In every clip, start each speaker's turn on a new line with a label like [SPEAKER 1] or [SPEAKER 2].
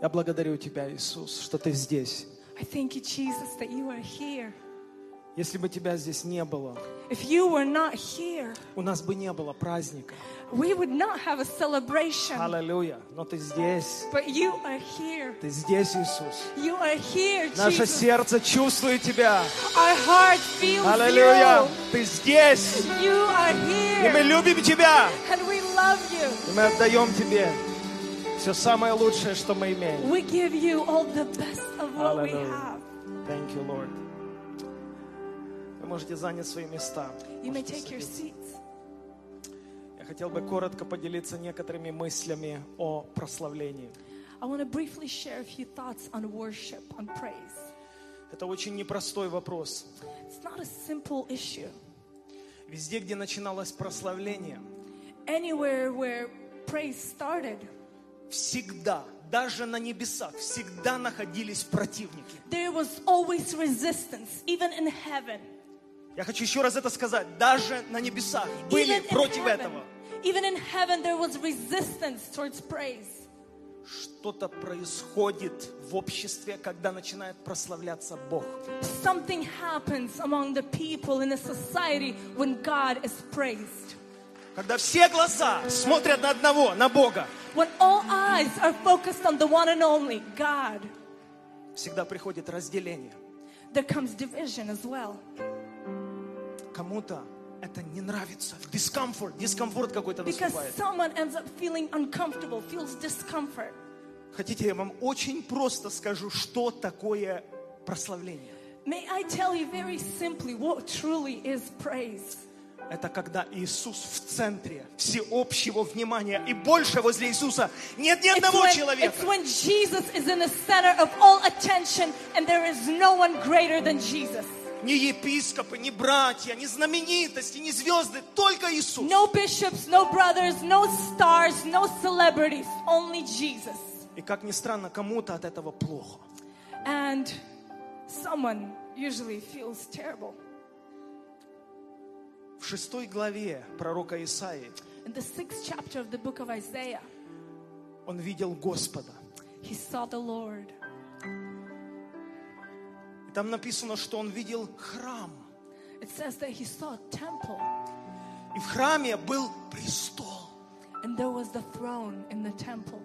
[SPEAKER 1] Я благодарю Тебя, Иисус, что Ты здесь.
[SPEAKER 2] I thank you, Jesus, that you are here.
[SPEAKER 1] Если бы Тебя здесь не было,
[SPEAKER 2] If you were not here,
[SPEAKER 1] у нас бы не было праздника.
[SPEAKER 2] we would not have a celebration.
[SPEAKER 1] Аллилуйя. Но Ты здесь.
[SPEAKER 2] But you are here.
[SPEAKER 1] Ты здесь, Иисус.
[SPEAKER 2] You are here,
[SPEAKER 1] Наше
[SPEAKER 2] Jesus.
[SPEAKER 1] сердце чувствует Тебя.
[SPEAKER 2] Our heart feels
[SPEAKER 1] Аллилуйя. Ты здесь.
[SPEAKER 2] you. You are
[SPEAKER 1] И мы
[SPEAKER 2] here.
[SPEAKER 1] любим Тебя.
[SPEAKER 2] And we love you.
[SPEAKER 1] И мы отдаем Тебе все самое лучшее, что мы имеем.
[SPEAKER 2] We give you all the best of what we
[SPEAKER 1] Hallelujah.
[SPEAKER 2] have.
[SPEAKER 1] Thank you, Lord. Вы можете занять свои места.
[SPEAKER 2] You may
[SPEAKER 1] Можете
[SPEAKER 2] take your
[SPEAKER 1] садиться.
[SPEAKER 2] seats.
[SPEAKER 1] Я хотел бы коротко поделиться некоторыми мыслями о прославлении.
[SPEAKER 2] I want to briefly share a few thoughts on worship, on praise.
[SPEAKER 1] Это очень непростой вопрос.
[SPEAKER 2] It's not a simple issue.
[SPEAKER 1] Везде, где начиналось прославление,
[SPEAKER 2] Anywhere where praise started,
[SPEAKER 1] всегда, даже на небесах, всегда находились противники.
[SPEAKER 2] there was always resistance, even in heaven.
[SPEAKER 1] Я хочу еще раз это сказать. Даже на небесах были
[SPEAKER 2] even in
[SPEAKER 1] против
[SPEAKER 2] heaven.
[SPEAKER 1] этого.
[SPEAKER 2] Even in heaven, there was resistance towards praise.
[SPEAKER 1] Что-то происходит в обществе, когда начинает прославляться Бог.
[SPEAKER 2] Something happens among the people in a society when God is praised.
[SPEAKER 1] Когда все глаза смотрят на одного, на Бога,
[SPEAKER 2] When all eyes are focused on the one and only God,
[SPEAKER 1] всегда приходит разделение.
[SPEAKER 2] there comes division as well.
[SPEAKER 1] Кому-то это не нравится. Дискомфорт, дискомфорт какой-то
[SPEAKER 2] Because
[SPEAKER 1] наступает.
[SPEAKER 2] someone ends up feeling uncomfortable, feels discomfort.
[SPEAKER 1] Хотите, я вам очень просто скажу, что такое прославление.
[SPEAKER 2] May I tell you very simply what truly is praise?
[SPEAKER 1] Это когда Иисус в центре всеобщего внимания и больше возле Иисуса нет ни
[SPEAKER 2] It's
[SPEAKER 1] одного
[SPEAKER 2] when,
[SPEAKER 1] человека.
[SPEAKER 2] it's when Jesus is in the center of all attention and there is no one greater than Jesus.
[SPEAKER 1] Ни епископы, ни братья, ни знаменитости, ни звезды, только Иисус.
[SPEAKER 2] No bishops, no brothers, no stars, no celebrities, only Jesus.
[SPEAKER 1] И как ни странно, кому-то от этого плохо.
[SPEAKER 2] And someone usually feels terrible.
[SPEAKER 1] В шестой главе пророка Исаии
[SPEAKER 2] In the sixth chapter of the book of Isaiah,
[SPEAKER 1] он видел Господа.
[SPEAKER 2] he saw the Lord.
[SPEAKER 1] И там написано, что он видел храм.
[SPEAKER 2] It says that he saw a temple,
[SPEAKER 1] И в храме был престол.
[SPEAKER 2] and there was the throne in the temple.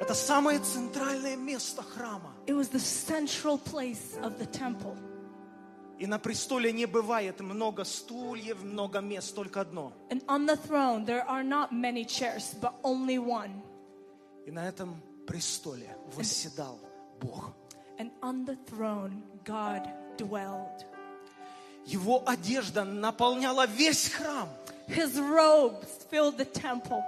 [SPEAKER 1] Это самое центральное место храма.
[SPEAKER 2] It was the central place of the temple.
[SPEAKER 1] И на престоле не бывает много стульев, много мест, только одно.
[SPEAKER 2] And on the throne, there are not many chairs, but only one.
[SPEAKER 1] И на этом престоле восседал Бог.
[SPEAKER 2] And on the throne, God dwelled.
[SPEAKER 1] Его одежда наполняла весь храм.
[SPEAKER 2] His robes filled the temple.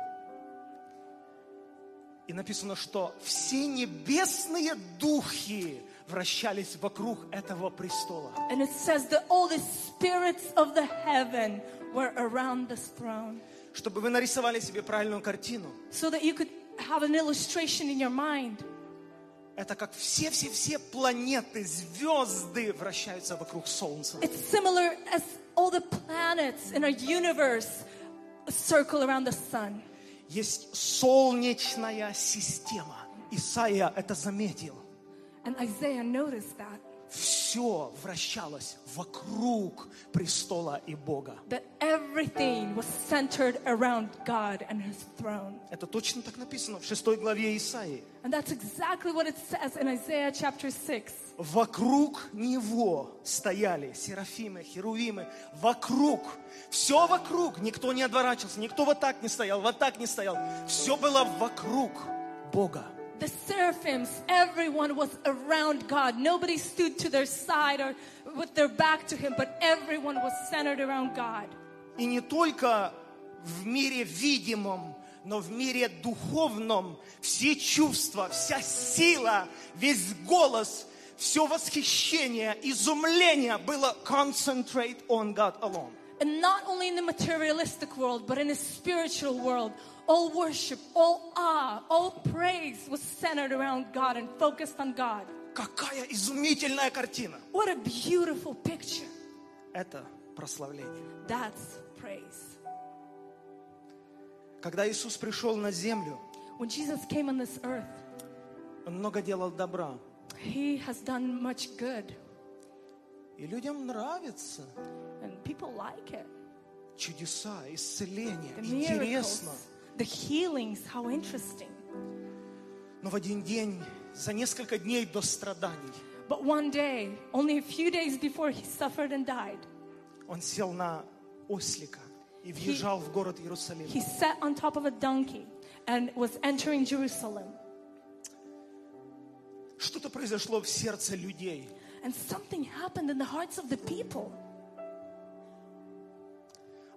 [SPEAKER 1] И написано, что все небесные духи вращались вокруг этого престола.
[SPEAKER 2] And it says that all the spirits of the heaven were around this throne.
[SPEAKER 1] Чтобы вы нарисовали себе правильную картину,
[SPEAKER 2] So that you could have an illustration in your mind.
[SPEAKER 1] это как все-все-все планеты, звезды вращаются вокруг Солнца.
[SPEAKER 2] It's similar as all the planets in our universe circle around the sun.
[SPEAKER 1] Есть солнечная система. Исаия это заметил.
[SPEAKER 2] And Isaiah noticed that.
[SPEAKER 1] Все вращалось вокруг престола и Бога.
[SPEAKER 2] that everything was centered around God and his throne.
[SPEAKER 1] Это точно так написано в 6 главе Исаии.
[SPEAKER 2] And that's exactly what it says in Isaiah chapter 6.
[SPEAKER 1] Вокруг него стояли серафимы, херувимы. Вокруг. Все вокруг. Никто не отворачивался. Никто вот так не стоял, вот так не стоял. Все было вокруг Бога.
[SPEAKER 2] The seraphims, everyone was around God. Nobody stood to their side or with their back to him, but everyone was centered around God.
[SPEAKER 1] И не только в мире видимом, но в мире духовном все чувства, вся сила, весь голос, все восхищение, изумление было concentrate on God alone.
[SPEAKER 2] And not only in the materialistic world, but in the spiritual world, all worship, all awe, all praise was centered around God and focused on God.
[SPEAKER 1] Какая изумительная картина!
[SPEAKER 2] What a beautiful picture!
[SPEAKER 1] Это прославление.
[SPEAKER 2] That's praise.
[SPEAKER 1] Когда Иисус пришел на землю,
[SPEAKER 2] When Jesus came on this earth,
[SPEAKER 1] Он много делал добра.
[SPEAKER 2] he has done much good,
[SPEAKER 1] И людям нравится.
[SPEAKER 2] and people like it.
[SPEAKER 1] Чудеса, исцеления.
[SPEAKER 2] The
[SPEAKER 1] Интересно.
[SPEAKER 2] miracles, the healings, how interesting.
[SPEAKER 1] Но в один день, за несколько дней до страданий,
[SPEAKER 2] But one day, only a few days before he suffered and died,
[SPEAKER 1] он сел на ослика и въезжал в город Иерусалим.
[SPEAKER 2] he sat on top of a donkey and was entering Jerusalem.
[SPEAKER 1] Что-то произошло в сердце людей.
[SPEAKER 2] And something happened in the hearts of the people.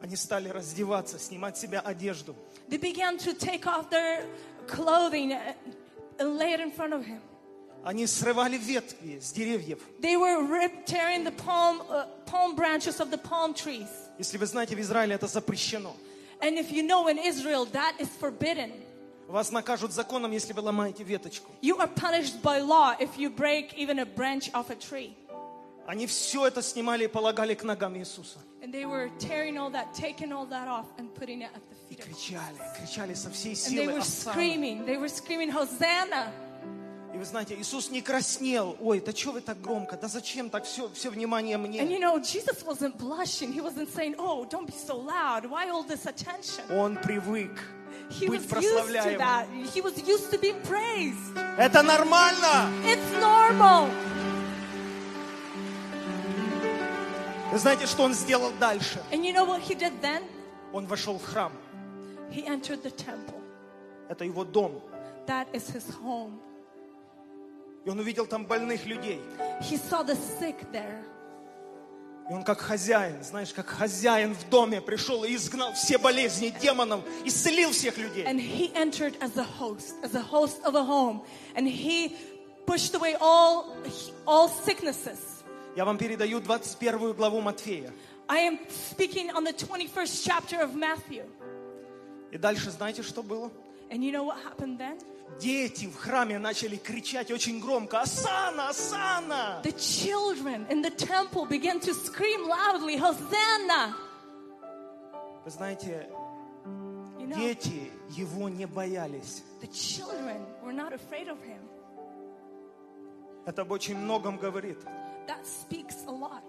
[SPEAKER 1] Они стали раздеваться, снимать с себя одежду.
[SPEAKER 2] They began to take off their clothing and and lay it in front of him.
[SPEAKER 1] Они срывали ветви с деревьев.
[SPEAKER 2] They were rip, tearing the palm, uh, palm branches of the palm trees.
[SPEAKER 1] Если вы знаете, в Израиле это запрещено.
[SPEAKER 2] And if you know in Israel, that is forbidden.
[SPEAKER 1] Вас накажут законом, если вы ломаете веточку.
[SPEAKER 2] You are punished by law if you break even a branch off a tree.
[SPEAKER 1] Они все это снимали и полагали к ногам Иисуса.
[SPEAKER 2] And they were tearing all that, taking all that off, and putting it at the
[SPEAKER 1] И
[SPEAKER 2] feet of him.
[SPEAKER 1] кричали, кричали со всей
[SPEAKER 2] And they
[SPEAKER 1] силы.
[SPEAKER 2] were
[SPEAKER 1] «Осанна!»
[SPEAKER 2] screaming, they were screaming, Hosanna!
[SPEAKER 1] И вы знаете, Иисус не краснел. Ой, да что вы так громко? Да зачем так все, все внимание
[SPEAKER 2] And you
[SPEAKER 1] мне?
[SPEAKER 2] know, Jesus wasn't blushing. He wasn't saying, Oh, don't be so loud. Why all this attention?
[SPEAKER 1] Он привык
[SPEAKER 2] He was
[SPEAKER 1] быть
[SPEAKER 2] used to
[SPEAKER 1] прославляемым.
[SPEAKER 2] that. He was used to being praised.
[SPEAKER 1] Это нормально!
[SPEAKER 2] It's normal.
[SPEAKER 1] Вы знаете, что он сделал дальше?
[SPEAKER 2] And you know what he did then?
[SPEAKER 1] Он вошел в храм.
[SPEAKER 2] He entered the temple.
[SPEAKER 1] Это его дом.
[SPEAKER 2] That is his home.
[SPEAKER 1] И он увидел там больных людей.
[SPEAKER 2] He saw the sick there.
[SPEAKER 1] И он как хозяин, знаешь, как хозяин в доме пришел и изгнал все болезни демонов, исцелил всех людей.
[SPEAKER 2] And he entered as a host, as a host of a home. And he pushed away all, all sicknesses.
[SPEAKER 1] Я вам передаю 21 главу Матфея.
[SPEAKER 2] I am speaking on the 21st chapter of Matthew.
[SPEAKER 1] И дальше знаете, что было?
[SPEAKER 2] And you know what happened then?
[SPEAKER 1] Дети в храме начали кричать очень громко «Асана! Асана!»
[SPEAKER 2] The children in the temple began to scream loudly, Hosanna!
[SPEAKER 1] Вы знаете,
[SPEAKER 2] You know,
[SPEAKER 1] дети его не боялись.
[SPEAKER 2] the children were not afraid of him.
[SPEAKER 1] Это об очень многом говорит.
[SPEAKER 2] That speaks a lot.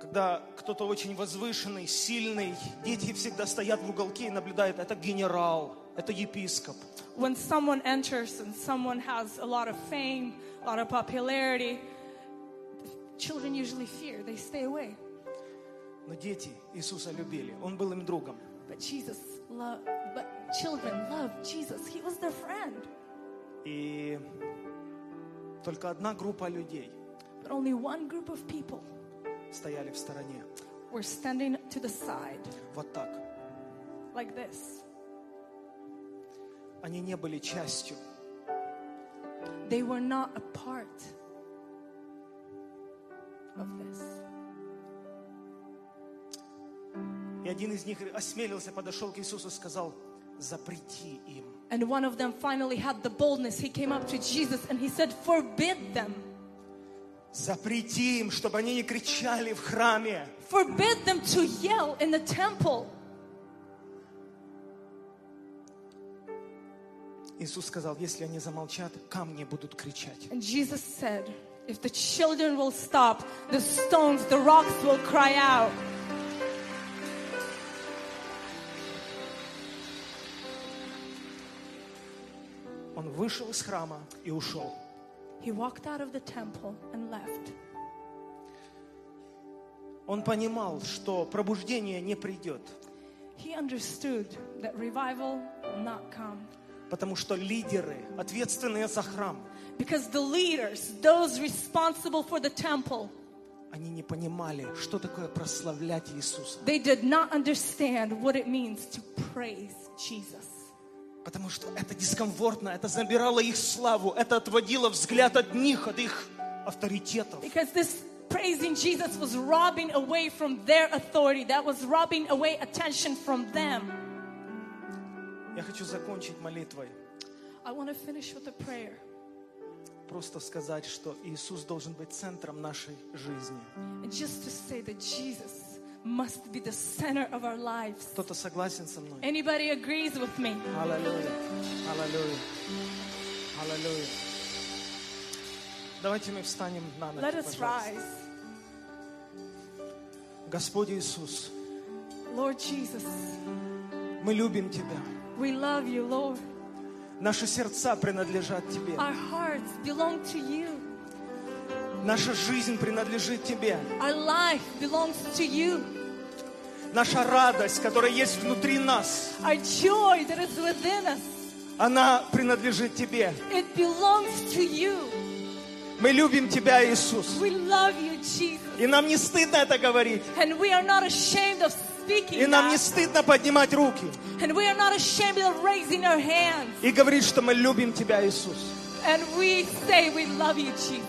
[SPEAKER 1] Когда кто-то очень возвышенный, сильный, дети всегда стоят в уголке и наблюдают. Это генерал, это епископ.
[SPEAKER 2] When someone enters and someone has a lot of fame, a lot of popularity, children usually fear, they stay away.
[SPEAKER 1] Но дети Иисуса любили. Он был им другом.
[SPEAKER 2] But Jesus loved, but children loved Jesus. He was their friend.
[SPEAKER 1] И только одна группа людей
[SPEAKER 2] But only one group of people
[SPEAKER 1] стояли в стороне.
[SPEAKER 2] were standing to the side,
[SPEAKER 1] Вот так.
[SPEAKER 2] like this.
[SPEAKER 1] Они не были частью.
[SPEAKER 2] They were not a part of this.
[SPEAKER 1] И один из них осмелился, подошел к Иисусу и сказал, запрети им.
[SPEAKER 2] And one of them finally had the boldness. He came up to Jesus and he said, Forbid them.
[SPEAKER 1] Запрети им, чтобы они не кричали в храме.
[SPEAKER 2] Forbid them to yell in the temple.
[SPEAKER 1] Иисус сказал, если они замолчат, камни будут кричать.
[SPEAKER 2] And Jesus said, If the children will stop, the stones, the rocks will cry out.
[SPEAKER 1] Он вышел из храма и ушел.
[SPEAKER 2] He walked out of the temple and left.
[SPEAKER 1] Он понимал, что пробуждение не придет,
[SPEAKER 2] He understood that revival will not come
[SPEAKER 1] потому что лидеры, ответственные за храм,
[SPEAKER 2] because the leaders, those responsible for the temple,
[SPEAKER 1] они не понимали, что такое прославлять Иисуса.
[SPEAKER 2] they did not understand what it means to praise Jesus.
[SPEAKER 1] Потому что это дискомфортно, это забирало их славу, это отводило взгляд от них, от их авторитетов.
[SPEAKER 2] Because this praising Jesus was robbing away from their authority, that was robbing away attention from them.
[SPEAKER 1] Я хочу закончить молитвой,
[SPEAKER 2] I want to finish with a prayer.
[SPEAKER 1] просто сказать, что Иисус должен быть центром нашей жизни.
[SPEAKER 2] And just to say that Jesus must be the center of our lives.
[SPEAKER 1] Кто-то согласен со мной?
[SPEAKER 2] Anybody agrees with me?
[SPEAKER 1] Аллилуйя. Аллилуйя. Аллилуйя. Давайте мы встанем на ноги,
[SPEAKER 2] Let us
[SPEAKER 1] пожалуйста.
[SPEAKER 2] rise.
[SPEAKER 1] Господь Иисус,
[SPEAKER 2] Lord Jesus,
[SPEAKER 1] мы любим Тебя.
[SPEAKER 2] we love you, Lord.
[SPEAKER 1] Наши сердца принадлежат Тебе.
[SPEAKER 2] Our hearts belong to you.
[SPEAKER 1] Наша жизнь принадлежит Тебе.
[SPEAKER 2] Our life belongs to you.
[SPEAKER 1] Наша радость, которая есть внутри нас,
[SPEAKER 2] Our joy that is within us,
[SPEAKER 1] она принадлежит Тебе.
[SPEAKER 2] it belongs to you.
[SPEAKER 1] Мы любим Тебя, Иисус.
[SPEAKER 2] We love you, Jesus.
[SPEAKER 1] И нам не стыдно это говорить.
[SPEAKER 2] And we are not ashamed of
[SPEAKER 1] И
[SPEAKER 2] speaking
[SPEAKER 1] нам не
[SPEAKER 2] that.
[SPEAKER 1] стыдно поднимать руки
[SPEAKER 2] And we are not ashamed of raising our hands.
[SPEAKER 1] и говорить, что мы любим Тебя, Иисус.
[SPEAKER 2] And we say we love you, Jesus.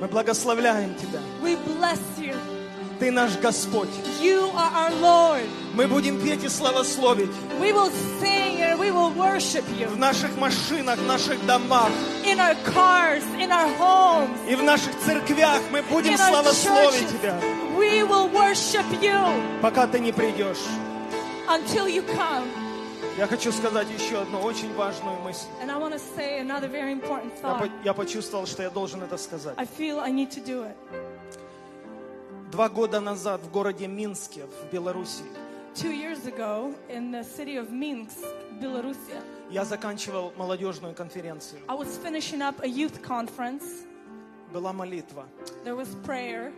[SPEAKER 1] Мы благословляем Тебя.
[SPEAKER 2] We bless you.
[SPEAKER 1] Ты наш Господь.
[SPEAKER 2] You are our Lord.
[SPEAKER 1] Мы будем петь и славословить
[SPEAKER 2] We will sing and we will worship
[SPEAKER 1] в
[SPEAKER 2] you
[SPEAKER 1] наших машинах, в наших домах
[SPEAKER 2] in our cars, in our homes,
[SPEAKER 1] и в наших церквях. Мы будем
[SPEAKER 2] in our
[SPEAKER 1] славословить
[SPEAKER 2] churches.
[SPEAKER 1] Тебя,
[SPEAKER 2] We will worship you
[SPEAKER 1] пока Ты не придешь.
[SPEAKER 2] until you come.
[SPEAKER 1] Я хочу сказать еще одну очень важную мысль.
[SPEAKER 2] And I want to say another very important
[SPEAKER 1] Я,
[SPEAKER 2] thought.
[SPEAKER 1] по- я почувствовал, что я должен это сказать.
[SPEAKER 2] I feel I need to do it.
[SPEAKER 1] Два года назад в городе Минске, в Беларуси,
[SPEAKER 2] Two years ago, in the city of Minsk, Belarusia,
[SPEAKER 1] я заканчивал молодежную конференцию.
[SPEAKER 2] I was finishing up a youth conference.
[SPEAKER 1] Была молитва.
[SPEAKER 2] There was prayer.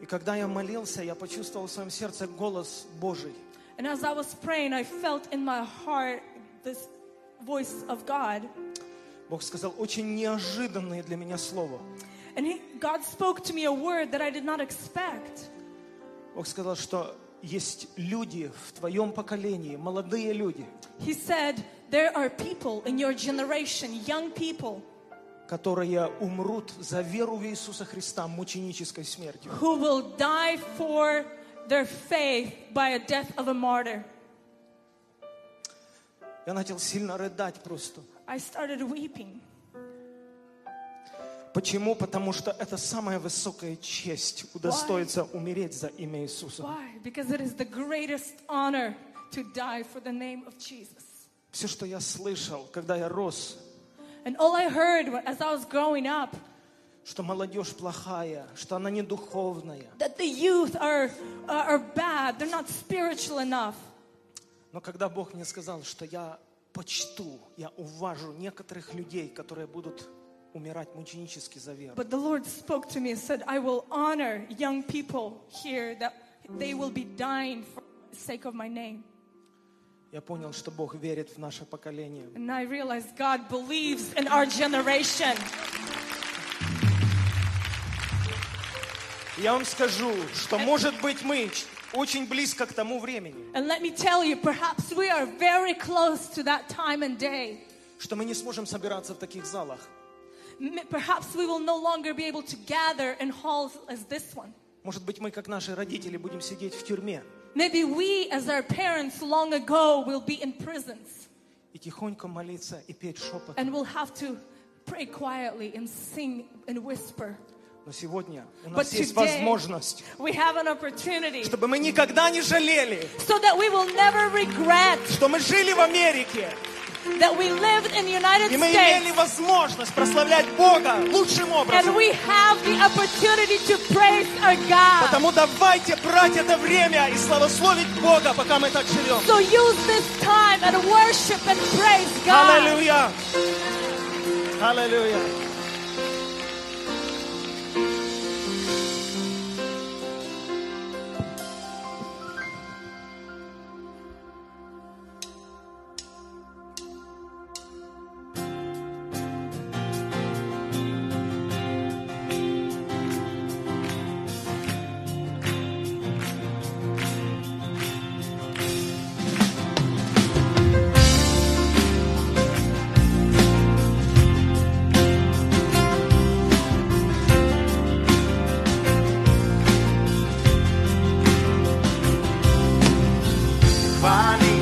[SPEAKER 1] И когда я молился, я почувствовал в своем сердце голос Божий.
[SPEAKER 2] And as I was praying, I felt in my heart this voice of God.
[SPEAKER 1] Бог сказал очень неожиданное для меня слово.
[SPEAKER 2] And he, God spoke to me a word that I did not expect.
[SPEAKER 1] Бог сказал, что есть люди в твоем поколении, молодые люди,
[SPEAKER 2] He said, There are people in your generation, young people,
[SPEAKER 1] которые умрут за веру в Иисуса Христа мученической смертью.
[SPEAKER 2] who will die for their faith by a death of a martyr.
[SPEAKER 1] Я начал сильно рыдать просто.
[SPEAKER 2] I started weeping
[SPEAKER 1] Почему? Потому что это самая высокая честь удостоиться умереть за имя Иисуса.
[SPEAKER 2] Why? Because it is the greatest honor to die for the name of Jesus.
[SPEAKER 1] Все, что я слышал, когда я рос,
[SPEAKER 2] And all I heard wa- as I was growing up
[SPEAKER 1] что молодежь плохая, что она не духовная.
[SPEAKER 2] that the youth are, are, are bad, they're not spiritual enough.
[SPEAKER 1] Но когда Бог мне сказал, что я почту, я уважу некоторых людей, которые будут умирать мученически за веру,
[SPEAKER 2] But the Lord spoke to me and said, I will honor young people here that they will be dying for the sake of my name.
[SPEAKER 1] я понял, что Бог верит в наше поколение.
[SPEAKER 2] And I realized God believes in our generation.
[SPEAKER 1] Я вам скажу, что, может быть, мы ч- очень близко к тому времени,
[SPEAKER 2] And let me tell you, perhaps we are very close to that time and day.
[SPEAKER 1] что мы не сможем собираться в таких залах.
[SPEAKER 2] M- Perhaps we will no longer be able to gather in halls as this one.
[SPEAKER 1] Может быть, мы, как наши родители, будем sидеть в тюрьме
[SPEAKER 2] Maybe we, as our parents long ago, will be in prisons
[SPEAKER 1] и тихонько молиться и петь шепот.
[SPEAKER 2] and will have to pray quietly and sing and whisper.
[SPEAKER 1] Но сегодня у нас
[SPEAKER 2] But
[SPEAKER 1] есть
[SPEAKER 2] today-
[SPEAKER 1] возможность,
[SPEAKER 2] We have an opportunity
[SPEAKER 1] чтобы мы никогда не жалели,
[SPEAKER 2] so that we will never regret
[SPEAKER 1] что мы жили в Америке,
[SPEAKER 2] that we lived in the United
[SPEAKER 1] И мы
[SPEAKER 2] States
[SPEAKER 1] имели возможность прославлять Бога лучшим
[SPEAKER 2] and
[SPEAKER 1] образом.
[SPEAKER 2] we have the opportunity to praise our God.
[SPEAKER 1] Потому давайте брать это время и славословить Бога, пока мы так живем.
[SPEAKER 2] So use this time and worship and praise God.
[SPEAKER 1] Аллилуйя! Аллилуйя!
[SPEAKER 3] Хвали